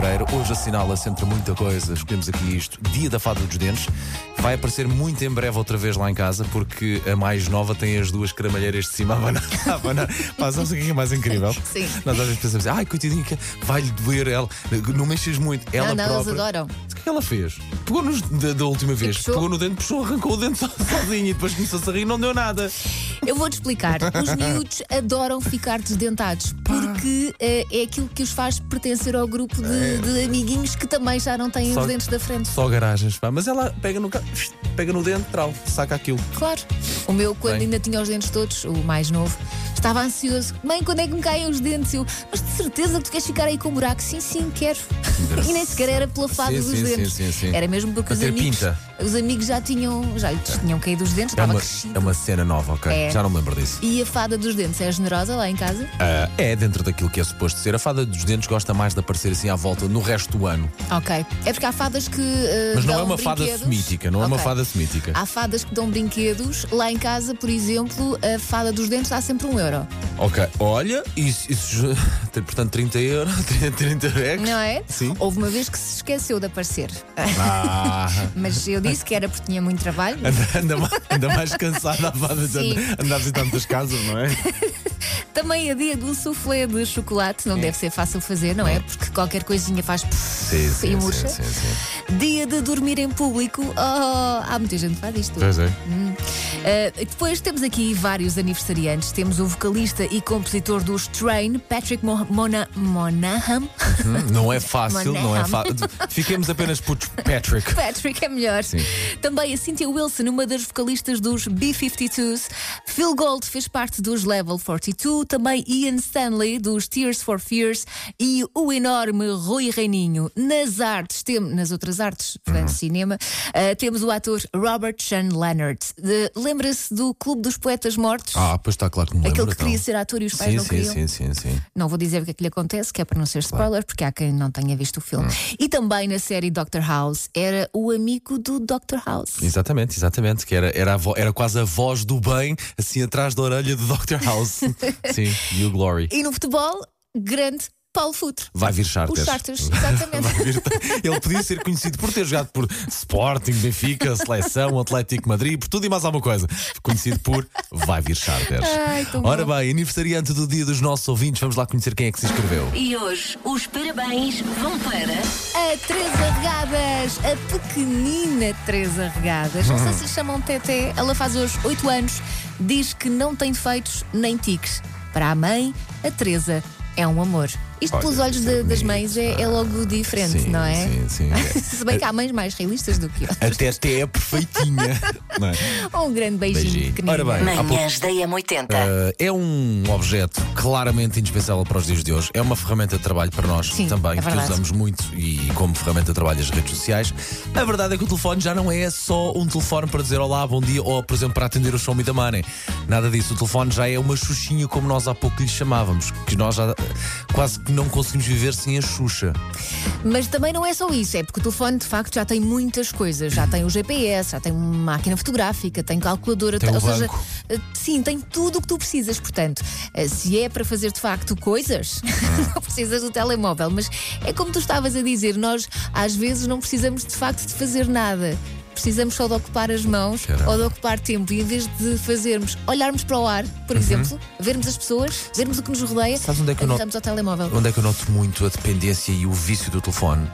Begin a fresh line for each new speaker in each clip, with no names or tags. Pereira. Hoje assinala-se entre muita coisa, escolhemos aqui isto, Dia da Fada dos Dentes. Vai aparecer muito em breve outra vez lá em casa, porque a mais nova tem as duas caramalheiras de cima a abanar. a abanar. Pá, sabes o que é mais incrível?
Sim.
Nós às vezes pensamos, ai, coitadinha, que vai-lhe doer ela. Não mexes muito. Ela
não, eles
própria.
adoram.
O que é que ela fez? Pegou-nos da, da última vez,
puxou.
pegou no dente, puxou, arrancou o dente sozinho e depois começou-se a rir e não deu nada.
Eu vou-te explicar. Os miúdos adoram ficar desdentados porque eh, é aquilo que os faz pertencer ao grupo de, de amiguinhos que também já não têm
Só-
os dentes da frente.
Só garagens, pá. Mas ela pega no, ca- pega no dente, trau, saca aquilo.
Claro. O meu, quando
Bem.
ainda tinha os dentes todos, o mais novo, estava ansioso. Mãe, quando é que me caem os dentes? Eu, mas de certeza que tu queres ficar aí com um buraco? Sim, sim, quero. E nem sequer era pela fada
Sim,
dos
sim, sim,
dentes.
sim, sim.
Era mesmo porque
Para
os
ter
amigos,
pinta.
os amigos já tinham, já lhes tinham caído os dentes,
É
estava
uma,
crescido.
é uma cena nova, ok?
É.
Já não me lembro disso.
E a fada dos dentes é generosa lá em casa?
Ah, é dentro daquilo que é suposto ser. A fada dos dentes gosta mais de aparecer assim à volta no resto do ano.
Ok. É porque há fadas que. eh,
Mas não
dão
é uma fada
brinquedos.
semítica, não é uma
Ok. Ah.
fada semítica.
Há fadas que dão brinquedos. Lá em casa, por exemplo, a fada dos dentes dá sempre um euro.
Ok, olha, isso, isso portanto 30 euros, 30 rex.
Não é?
Sim.
Houve uma vez que se esqueceu de aparecer.
Ah,
Mas eu disse que era porque tinha muito trabalho.
anda, anda mais, anda mais cansada a fada de
Sim.
andar- andar a visitar muitas casas, não é?
Também a dia do soufflé de chocolate. Não deve ser fácil fazer, não é? Porque qualquer coisinha faz.
Sim,
e
sim,
murcha.
sim, sim, sim.
Dia de dormir em público. Oh, há muita gente que faz isto.
Pois é.
Uh, depois temos aqui vários aniversariantes. Temos o vocalista e compositor dos Train, Patrick Mo- Mona Monaghan.
Hum, Não é fácil, não é
Mané.
fácil. Fiquemos apenas putos Patrick.
Patrick é melhor.
Sim.
Também a Cynthia Wilson, uma das vocalistas dos B-52s. Phil Gold fez parte dos Level 42. Também Ian Stanley, dos Tears for Fears. E o enorme Rui Reininho. Nas artes, tem, nas outras artes, portanto,
Uhum.
cinema, uh, temos o ator Robert Sean Leonard. De- Lembra-se do Clube dos Poetas Mortos?
Ah, pois está claro que me lembro.
Aquele que
então.
queria ser ator e os pais
Sim,
não
sim,
queriam.
sim, sim, sim.
Não vou dizer o que é que lhe acontece, que é para não ser spoiler, porque há quem não tenha visto o filme.
Hum.
E também na série Doctor House, era o amigo do Doctor House.
Exatamente, exatamente. Que era, era, a vo- era quase a voz do bem, assim atrás da orelha do Dr. House. Sim, New Glory.
E no futebol, grande Paulo Futre.
Vai vir charters.
Os charters, exatamente.
Vai vir- Ele podia ser conhecido por ter jogado por Sporting, Benfica, Seleção, Atlético de Madrid, por tudo e mais alguma coisa. Conhecido por Vai Vir Charters.
Ai, tão
Ora
bom.
bem, aniversariante do dia dos nossos ouvintes, vamos lá conhecer quem é que se inscreveu.
E hoje os parabéns vão para.
A Teresa Regadas, a pequenina Teresa Regadas. Não sei se lhe chamam TT, ela faz hoje 8 anos, diz que não tem defeitos nem tiques. Para a mãe, a Teresa é um amor. Isto
Olha,
pelos olhos
isso é
de- das
bonito.
mães é, é logo diferente,
sim,
não é?
Sim, sim.
Se bem que há mães mais realistas do que eu.
Até até é perfeitinha. não é?
Um grande beijinho.
Beijinho.
pequenino.
Ora bem. Há pouco-
Manhãs da M80.
Uh, é um objeto claramente indispensável para os dias de hoje. É uma ferramenta de trabalho para nós
Sim,
também,
é
que
verdade.
usamos muito e como ferramenta de trabalho as redes sociais. A verdade é que o telefone já não é só um telefone para dizer olá, bom dia ou, por exemplo, para atender o show me da money. Nada disso. O telefone já é uma xuxinha, como nós há pouco lhe chamávamos, que nós já uh, quase que não conseguimos viver sem a xuxa.
Mas também não é só isso, é porque o telefone de facto já tem muitas coisas. Já tem o GPS, já tem uma máquina fotográfica, tem calculadora,
Tem o
ou seja,
banco.
eh, sim, tem tudo o que tu precisas. Portanto, eh, se é para fazer de facto coisas,
Ah.
não precisas do telemóvel. Mas é como tu estavas a dizer, nós às vezes não precisamos de facto de fazer nada. Precisamos só de ocupar as mãos
Caramba.
ou de ocupar tempo. E em vez de fazermos, olharmos para o ar, por exemplo, vermos as pessoas, vermos o que nos rodeia,
Uhum. Sabes onde é que eu não-
agarramos ao telemóvel.
Onde é que eu noto muito a dependência e o vício do telefone?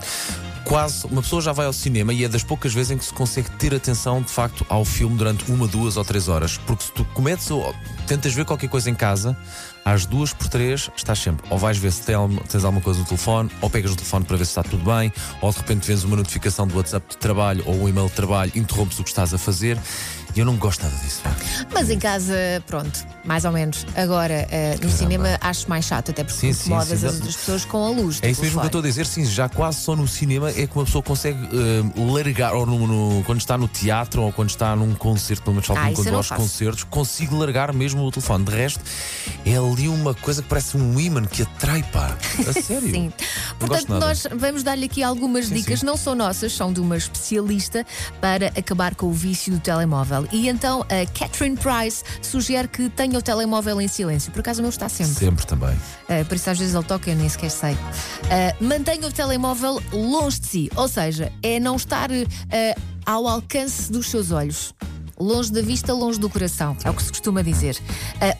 Quase, uma pessoa já vai ao cinema e é das poucas vezes em que se consegue ter atenção de facto ao filme durante uma, duas ou três horas. Porque se tu cometes ou tentas ver qualquer coisa em casa, às duas por três estás sempre. Ou vais ver se tem alguma- tens alguma coisa no telefone, ou pegas o telefone para ver se está tudo bem, ou de repente vês uma notificação do WhatsApp de trabalho ou um e-mail de trabalho, interrompes o que estás a fazer. E eu não gosto nada disso. pá.
Mas em casa, pronto, mais ou menos. Agora, eh, no cinema, acho mais chato, até porque
Sim, sim,
incomodas
sim,
as
sim.
outras pessoas com a luz. tipo do
É isso mesmo que eu estou a
telefone.
dizer, sim, já quase só no cinema é que uma pessoa consegue hum, largar, ou no- no- quando está no teatro ou quando está num concerto, pelo menos falo
Ah,
comigo
isso
quando
eu não
vou aos
faço.
concertos, consigo largar mesmo o telefone. De resto, é ali uma coisa que parece um imã que atrai, pá. A sério.
Sim.
gosto
Portanto,
nada.
nós vamos dar-lhe aqui algumas dicas, não são nossas, são de uma especialista, para acabar com o vício do telemóvel. E então a Catherine Price sugere que tenha o telemóvel em silêncio. Por acaso o meu está sempre.
Sempre também.
Uh, por isso às vezes ele toca e eu nem sequer sei. Uh, mantenha o telemóvel longe de si, ou seja, é não estar uh, ao alcance dos seus olhos. Longe da vista, longe do coração, é o que se costuma dizer.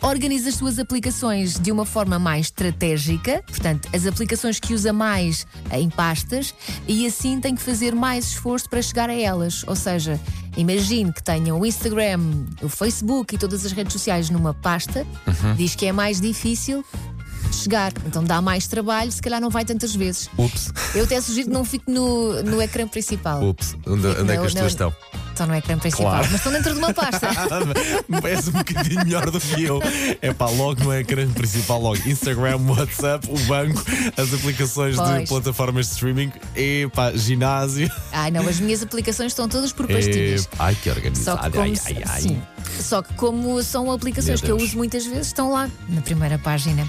Uh, organiza as suas aplicações de uma forma mais estratégica, portanto, as aplicações que usa mais em pastas, e assim tem que fazer mais esforço para chegar a elas. Ou seja, imagine que tenha o Instagram, o Facebook e todas as redes sociais numa pasta, diz que é mais difícil chegar, então dá mais trabalho, se calhar não vai tantas vezes.
Ups,
Eu até sugiro que não fique no, no ecrã principal.
ups, onde, onde é que
Não,
as
não.
tuas estão?
Estão no ecrã principal,
Claro.
mas estão dentro de uma pasta.
Me parece um bocadinho melhor do que eu. É pá, logo no ecrã principal, logo Instagram, WhatsApp, o banco, as aplicações de
Pois.
plataformas de streaming, e pá, ginásio.
Ai não, as minhas aplicações estão todas por pastilhas.
Epá, É, ai, que
Só
organizado.
que, como,
ai, ai, ai.
sim. Só que como são aplicações
Meu
que eu
Deus.
uso muitas vezes, estão lá na primeira página.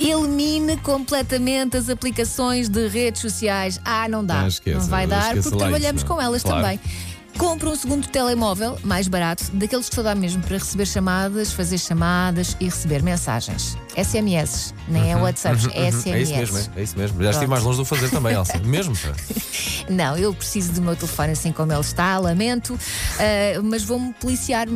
Elimine completamente as aplicações de redes sociais. Ah, não dá.
Não esqueça,
vai
não
dar,
esqueça
porque
lá
trabalhamos
isso, não. é?
com elas
Claro.
também. Compre um segundo telemóvel, mais barato, daqueles que só dá mesmo para receber chamadas, fazer chamadas e receber mensagens. SMS, nem é WhatsApp, é SMS.
Uhum, É isso mesmo, é, é isso mesmo. Já estive
Pronto.
mais longe de o fazer também, Elsa. mesmo, pá.
Não, eu preciso do meu telefone assim como ele está, lamento, ah, mas vou-me policiar.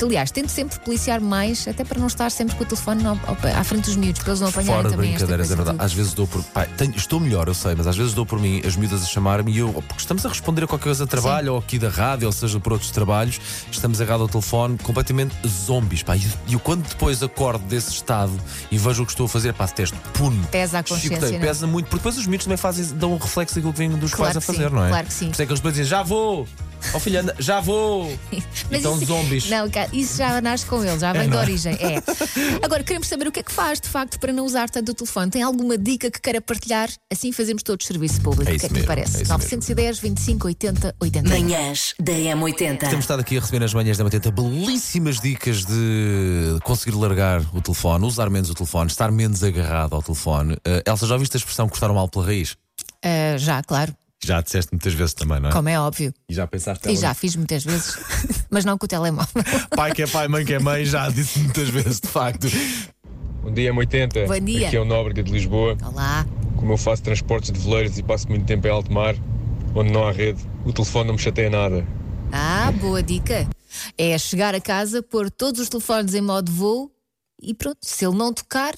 Aliás, tento sempre policiar mais, até para não estar sempre com o telefone ao- ao- à frente dos miúdos, para eles não apanharem
Fora de
também esta
brincadeiras,
coisa
é verdade.
toda.
Às vezes dou por. Pá, tenho- estou melhor, eu sei, mas às vezes dou por mim as miúdas a chamar-me e eu. oh, Porque estamos a responder a qualquer coisa de trabalho, ou aqui da rádio, ou seja, por outros trabalhos, estamos errado ao telefone, completamente zombies. Pá. E e eu, quando depois acordo desse estado e vejo o que estou a fazer, pá, detesto, puno.
Pesa a consciência,
Chicoteio,
não? é?
pesa muito, porque depois os miúdos também fazem, dão um reflexo daquilo que vêm dos
Claro
pais a
que sim,
fazer, não é?
claro que sim.
Por isso é que eles depois dizem: já vou! Ó filha, anda, já vou!
Mas
então
isso- é-
zombies.
Não, cá- isso já nasce com ele, já vem
não
da
é?
origem. É. Agora, queremos saber o que é que faz, de facto, para não usar tanto o telefone. Tem alguma dica que queira partilhar? Assim fazemos todos serviço público.
É
o que
isso
é que lhe
mesmo, é
parece?
isso
910, 25, 80, 80.
Manhãs da M80.
Temos estado aqui a receber nas manhãs da Matenta belíssimas dicas de conseguir largar o telefone, usar menos o telefone, estar menos agarrado ao telefone. Eh, Elsa, já ouviste a expressão cortar o mal pela raiz?
Ah, já, claro,
Já disseste muitas vezes também, não é?
como é óbvio.
E já pensaste
E já fiz muitas vezes, mas não com o telemóvel.
Pai que é pai, mãe que é mãe, já disse muitas vezes, de facto.
Bom Um dia, M80.
Bom dia.
Aqui é o Nóbrega de Lisboa.
Olá.
Como eu faço transportes de veleiros e passo muito tempo em alto mar, onde não há rede, o telefone não me chateia nada.
Ah, boa dica. É chegar a casa, pôr todos os telefones em modo voo e pronto. Se ele não tocar,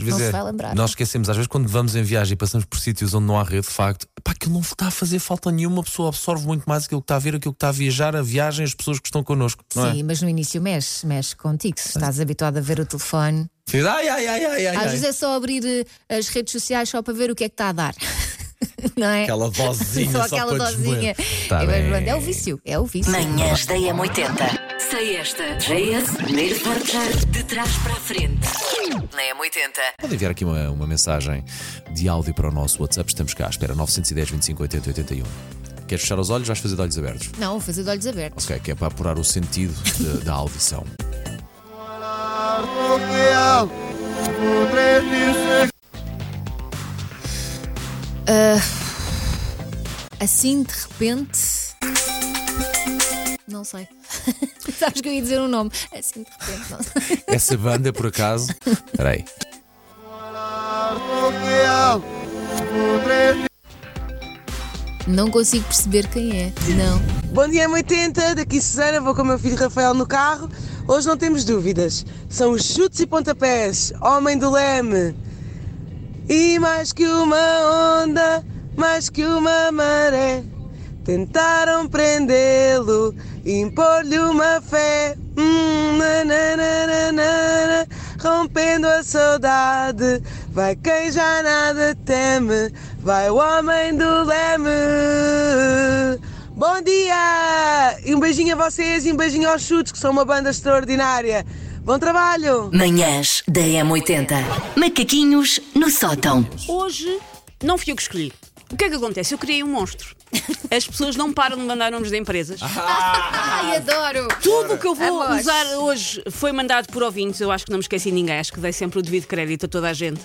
Às é,
Não se vai lembrar.
Nós esquecemos, às vezes, quando vamos em viagem e passamos por sítios onde não há rede, de facto, pá, aquilo não está a fazer falta nenhuma. A pessoa absorve muito mais aquilo que está a ver, aquilo que está a viajar, a viagem, as pessoas que estão connosco. Não é?
sim, mas no início mexe, mexe contigo. Se estás habituado a ver o telefone,
É? Fiz, Ai, ai, ai, ai, ai.
às
ai.
vezes é só abrir eh, as redes sociais só para ver o que é que está a dar. Não é?
Aquela vozinha
só
só
aquela
para
dosinha.
desmoer. Tá
é, mas
bem.
pronto, é o vício, é o vício.
Manhãs da M80. Sei esta. JS, primeiro portar de trás para a frente. Na M80.
Pode enviar aqui uma, uma mensagem de áudio para o nosso WhatsApp. Estamos cá à espera. 910 25 80 81. Queres fechar os olhos? Vais fazer de olhos abertos.
Não, vou fazer de olhos abertos.
Ok, que é para apurar o sentido de- da audição.
Assim, de repente. Não sei. Sabes que eu ia dizer um nome. Assim, de repente, não sei.
Essa banda, por acaso. Espera aí.
Não consigo perceber quem é. Não.
Bom dia, M80, daqui Susana, vou com o meu filho Rafael no carro. Hoje não temos dúvidas, são os chutes e pontapés, homem do leme. E mais que uma onda, mais que uma maré, tentaram prendê-lo, impor-lhe uma fé. Hum, nananana, rompendo a saudade, vai quem já nada teme, vai o homem do leme. Bom dia! E um beijinho a vocês e um beijinho aos chutes, que são uma banda extraordinária. Bom trabalho!
Manhãs da M80. Macaquinhos no sótão.
Hoje não fui eu que escolhi. O que é que acontece? Eu criei um monstro. as pessoas não param de mandar nomes de empresas.
Ai, adoro!
Tudo o que eu vou
Adoro.
usar hoje foi mandado por ouvintes. Eu acho que não me esqueci de ninguém. Acho que dei sempre o devido crédito a toda a gente.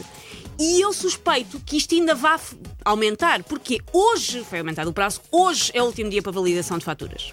E eu suspeito que isto ainda vá f- aumentar, porque hoje foi aumentado o prazo, hoje é o último dia para validação de faturas.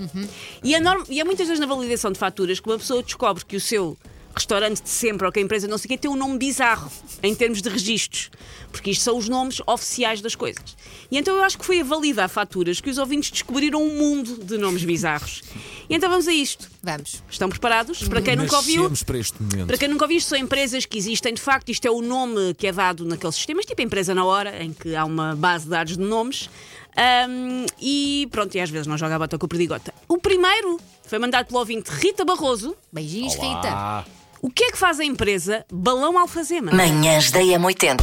E, é norm- e é muitas vezes na validação de faturas que uma pessoa descobre que o seu restaurante de sempre ou que a empresa não sei o quê tem um nome bizarro em termos de registros, porque isto são os nomes oficiais das coisas. E então eu acho que foi a validar faturas que os ouvintes descobriram um mundo de nomes bizarros. E então vamos a isto.
Vamos.
Estão preparados? Para quem nunca
um.
ouviu.
Nascemos para este momento.
Para quem nunca ouviu, isto são empresas que existem de facto, isto é o nome que é dado naqueles sistemas, tipo a empresa na hora, em que há uma base de dados de nomes. Ahm, e pronto, e às vezes não joga a bota com o perdigota. O primeiro foi mandado pelo ouvinte Rita Barroso.
Beijinhos, Rita.
Ah,
O que é que faz a empresa Balão Alfazema?
Manhãs da M80.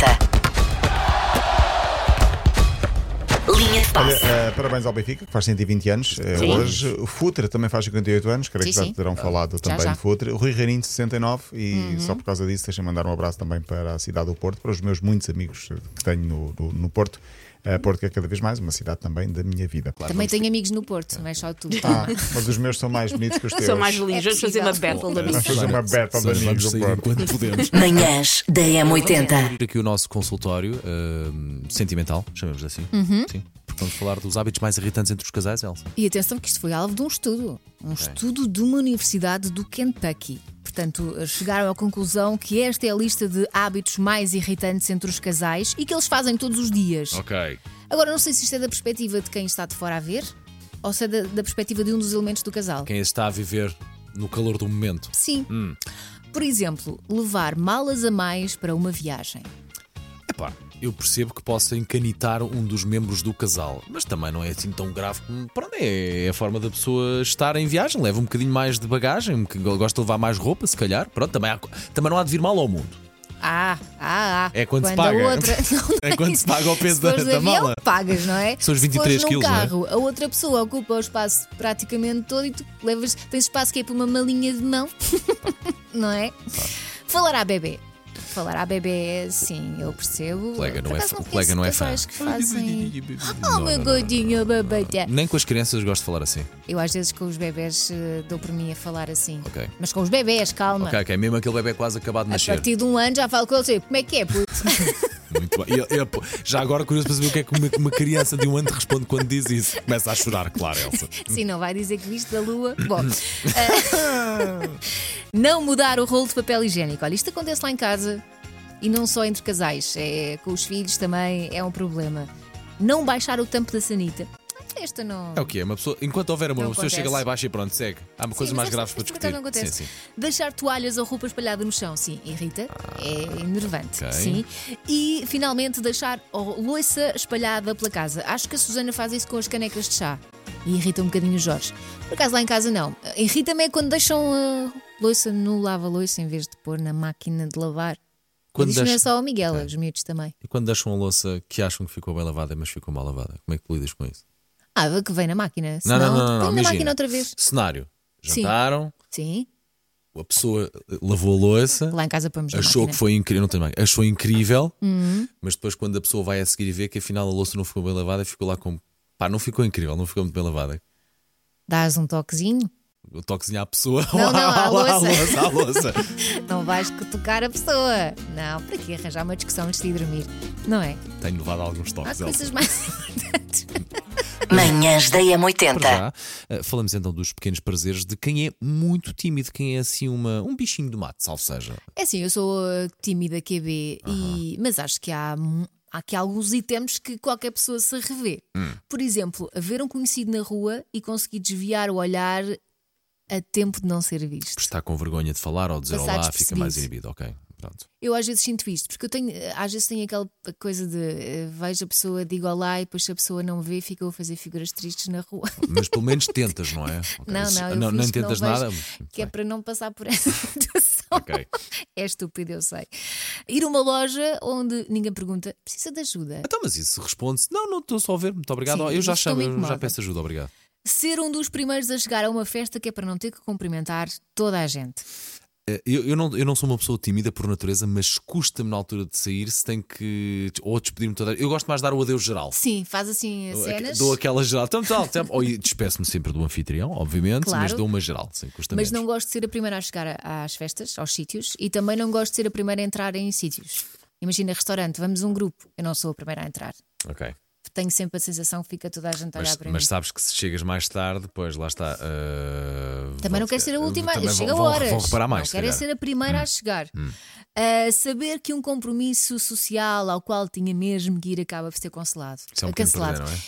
Linha de
Olha,
passe.
eh, parabéns ao Benfica, que faz 120 anos eh,
Sim.
hoje. O Futre também faz 58 anos, creio
Sim,
que já
sim.
te terão falado também
já.
de Futre. Rui Reirinho, 69, e só por causa disso, deixa-me mandar um abraço também para a cidade do Porto, para os meus muitos amigos eh, que tenho no, no- no Porto. Eh, Porto que é cada vez mais uma cidade também da minha vida.
Também tenho amigos no Porto, não é só tu.
Ah, mas os meus são mais bonitos que os teus.
São mais lindos,
É
vamos fazer uma
possível.
battle da
Vamos
amizade.
fazer uma beta de amigos do Porto.
enquanto podemos.
Manhãs da M80.
Abrir aqui o nosso consultório ahm, sentimental, chamemos assim.
Uhum.
Sim. Porque vamos falar dos hábitos mais irritantes entre os casais, Elsa.
E atenção que isto foi alvo de um estudo. Um estudo de uma universidade do Kentucky. Portanto, chegaram à conclusão que esta é a lista de hábitos mais irritantes entre os casais e que eles fazem todos os dias.
Ok.
Agora, não sei se isto é da perspectiva de quem está de fora a ver ou se é da, da perspectiva de um dos elementos do casal.
Quem Hum. está a viver no calor do momento.
Sim. Por exemplo, levar malas a mais para uma viagem.
Epá, eu percebo que possa encanitar um dos membros do casal, mas também não é assim tão grave como. Pronto, é é a forma da pessoa estar em viagem. Leva um bocadinho mais de bagagem, um bocadinho- gosta de levar mais roupa, se calhar. Pronto, também, há co- também não há de vir mal ao mundo.
Ah, ah, ah.
É quando se
a
paga.
outra- Não, não
É quando se paga o peso
Se
da-
fores de
da
avião,
mala.
pagas, não é?
São os
Se fores
23
num
quilos, não é?
carro, a outra pessoa ocupa o espaço praticamente todo e tu levas, tens espaço que é para uma malinha de mão, não é? Falar à bebê. Falar à bebê, sim, eu percebo.
O colega não
Por
é
acaso
fã- o colega não é
conheço
fã.
casais que fazem...
Não,
Oh, meu
não, não.
godinho, babadé.
Nem com as crianças gosto de falar assim.
Eu às vezes com os bebés eh, dou por mim a falar assim.
Ok.
Mas com os bebés, calma.
Ok, ok, mesmo aquele bebê quase acabado de
A
nascer.
partir de um ano já falo com eles, "Ei, como é que é, puto?
Muito bem. E- e, pô, já agora curioso para saber o que é que uma, uma criança de um ano te responde quando diz isso. Começa a chorar, claro, Elsa.
Sim, não vai dizer que viste da lua. Bom. eh, não mudar o rolo de papel higiênico. Olha, isto acontece lá em casa e não só entre casais, é com os filhos também é um problema. Não baixar o tampo da sanita. Esta não.
É o que é? Uma pessoa, enquanto houver amor,
Não
uma pessoa
acontece.
chega lá e baixa e pronto, segue. Há uma coisa
Sim, mas
mais grave
esta-
para
esta por
discutir.
acaso não
sim,
acontece.
sim. Ah,
Deixar toalhas ou roupa espalhada no chão, sim, irrita, é enervante,
ok.
sim. E finalmente deixar oh, louça espalhada pela casa. Acho que a Susana faz isso com as canecas de chá e irrita um bocadinho o Jorge. Por acaso lá em casa não. Irrita-me é quando deixam a louça no lava-louça em vez de pôr na máquina de lavar. Quando
Quando
Isto não é
deixa-
só o Miguel, é os miúdos também.
E quando deixam a louça que acham que ficou bem lavada, mas ficou mal lavada, como é que tu lidas com isso?
Ah, que vem na máquina. Senão, põe na
imagina.
máquina outra vez.
Cenário.
Sim.
Jantaram,
Sim,
a pessoa eh, lavou a louça,
lá em casa pomos na
achou
máquina. Uhum.
que foi incrível, não tem mais, achou incrível, mas depois quando a pessoa vai a seguir e vê que afinal a louça não ficou bem lavada, ficou lá com. Pá, não ficou incrível, não ficou muito bem lavada.
Dás um toquezinho,
O toquezinho assim à pessoa.
Não, não, à
à
louça.
louça. à louça.
Não vais cutucar a pessoa. Não, para que arranjar uma discussão antes de ir dormir? Não é?
Tenho levado alguns
Há
toques. Elsa.
coisas mais importantes.
Manhãs da
Para
M80.
já, eh, falamos então dos pequenos prazeres de quem é muito tímido, quem é assim uma, um bichinho do mato, salvo seja.
É assim, eu sou uh, tímida QB, e, mas acho que há, mu- há aqui alguns itens que qualquer pessoa se revê. Por exemplo, haver um conhecido na rua e conseguir desviar o olhar a tempo de não ser visto.
Está com vergonha de falar ou dizer
Passar
olá, fica mais
despercebido.
inibido. Ok, pronto.
Eu às vezes sinto isto, porque eu tenho, eh, às vezes tenho aquela coisa de eh, vejo a pessoa, digo olá e depois se a pessoa não vê, fica eu a fazer figuras tristes na rua.
Mas pelo menos tentas, não é? Ok.
Não,
Se-
não, eu
nem
fiz que
tentas
não
nada.
vejo,
Muito
Que é
bem.
para não passar por essa situação.
Ok.
É estúpido, eu sei. Ir a uma loja onde ninguém pergunta, precisa de ajuda.
Então, mas isso responde-se. Não, não, estou só a ver, muito obrigado.
Sim,
Oh, eu já
isto não
chamo,
me
eu já
incomoda.
peço ajuda, obrigado.
Ser um dos primeiros a chegar a uma festa que é para não ter que cumprimentar toda a gente.
eh, Eu, eu não, eu não sou uma pessoa tímida por natureza, mas custa-me na altura de sair se tenho que. ou despedir-me toda. Eu gosto mais de dar o adeus geral.
Sim, faz assim
Dou aque-
cenas.
Dou aquela geral. Então, tal, tal. Ou e despeço-me sempre do anfitrião, obviamente,
Claro.
mas dou uma geral, sem custa
Mas não
menos.
gosto de ser a primeira a chegar a- às festas, aos sítios, e também não gosto de ser a primeira a entrar em sítios. Imagina, restaurante, vamos um grupo, eu não sou a primeira a entrar.
Ok.
Tenho sempre a sensação que fica toda a gente a olhar
Mas,
para
mas
mim.
sabes que se chegas mais tarde, pois lá está. eh,
Também
vão-
não quero ser a última,
também vão-
chega
vão-
horas.
Vão reparar mais.
não
se
quero é
calhar. Hum.
ser a primeira a chegar. Ah, saber que um compromisso social ao qual tinha mesmo que ir acaba por ser cancelado.
Isso é um bocadinho
cancelado.
perder, não é?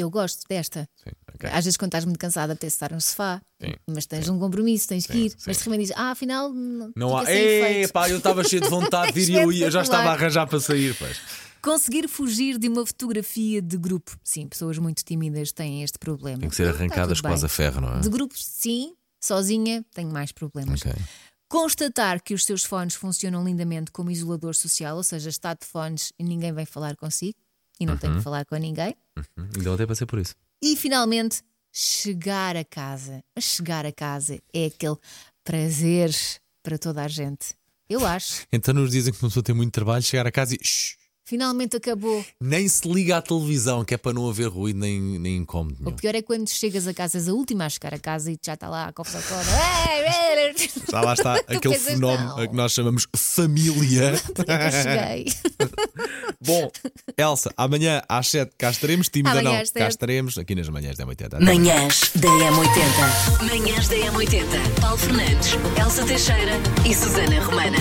Eu gosto desta.
Sim, ok.
Às vezes, quando estás muito cansada, até estar no sofá,
Sim.
mas tens um compromisso, tens que
Sim,
ir.
sim.
Mas de repente dizes, ah, afinal, não,
Não há.
fica sem efeito."
Epá, eu estava cheio de vontade de ir e eu ia, eu já estava a
Espetacular.
arranjar para sair, pois.
Conseguir fugir de uma fotografia de grupo. Sim, pessoas muito tímidas têm este problema.
Tem que ser
Está
arrancadas
tudo bem.
quase a ferro, não é?
De grupo, sim. Sozinha, tenho mais problemas.
Ok.
Constatar que os seus fones funcionam lindamente como isolador social, ou seja, está de fones e ninguém vem falar consigo e não tem que falar com ninguém.
Hum, Ainda ontem passei por isso.
E finalmente, chegar a casa. Mas chegar a casa é aquele prazer para toda a gente. Eu acho.
Então nos dizem que começou a ter muito trabalho, chegar a casa e. "Shh,
Finalmente acabou.
nem se liga à televisão, que é para não haver ruído nem, nem incómodo
O
nenhum.
pior é quando chegas a casa, és a última a chegar a casa e já está lá a confusão toda.
Já lá está
Tu
aquele
pensas,
fenómeno
"Não."
a que nós chamamos família.
Porque é que eu cheguei?
Bom, Elsa, amanhã às 7 cá estaremos, tímida
Amanhã
não,
às
cá
sete.
estaremos aqui nas manhãs da 80.
Manhãs da M80. Manhãs da M80. Paulo Fernandes, Elsa Teixeira e Susana Romana.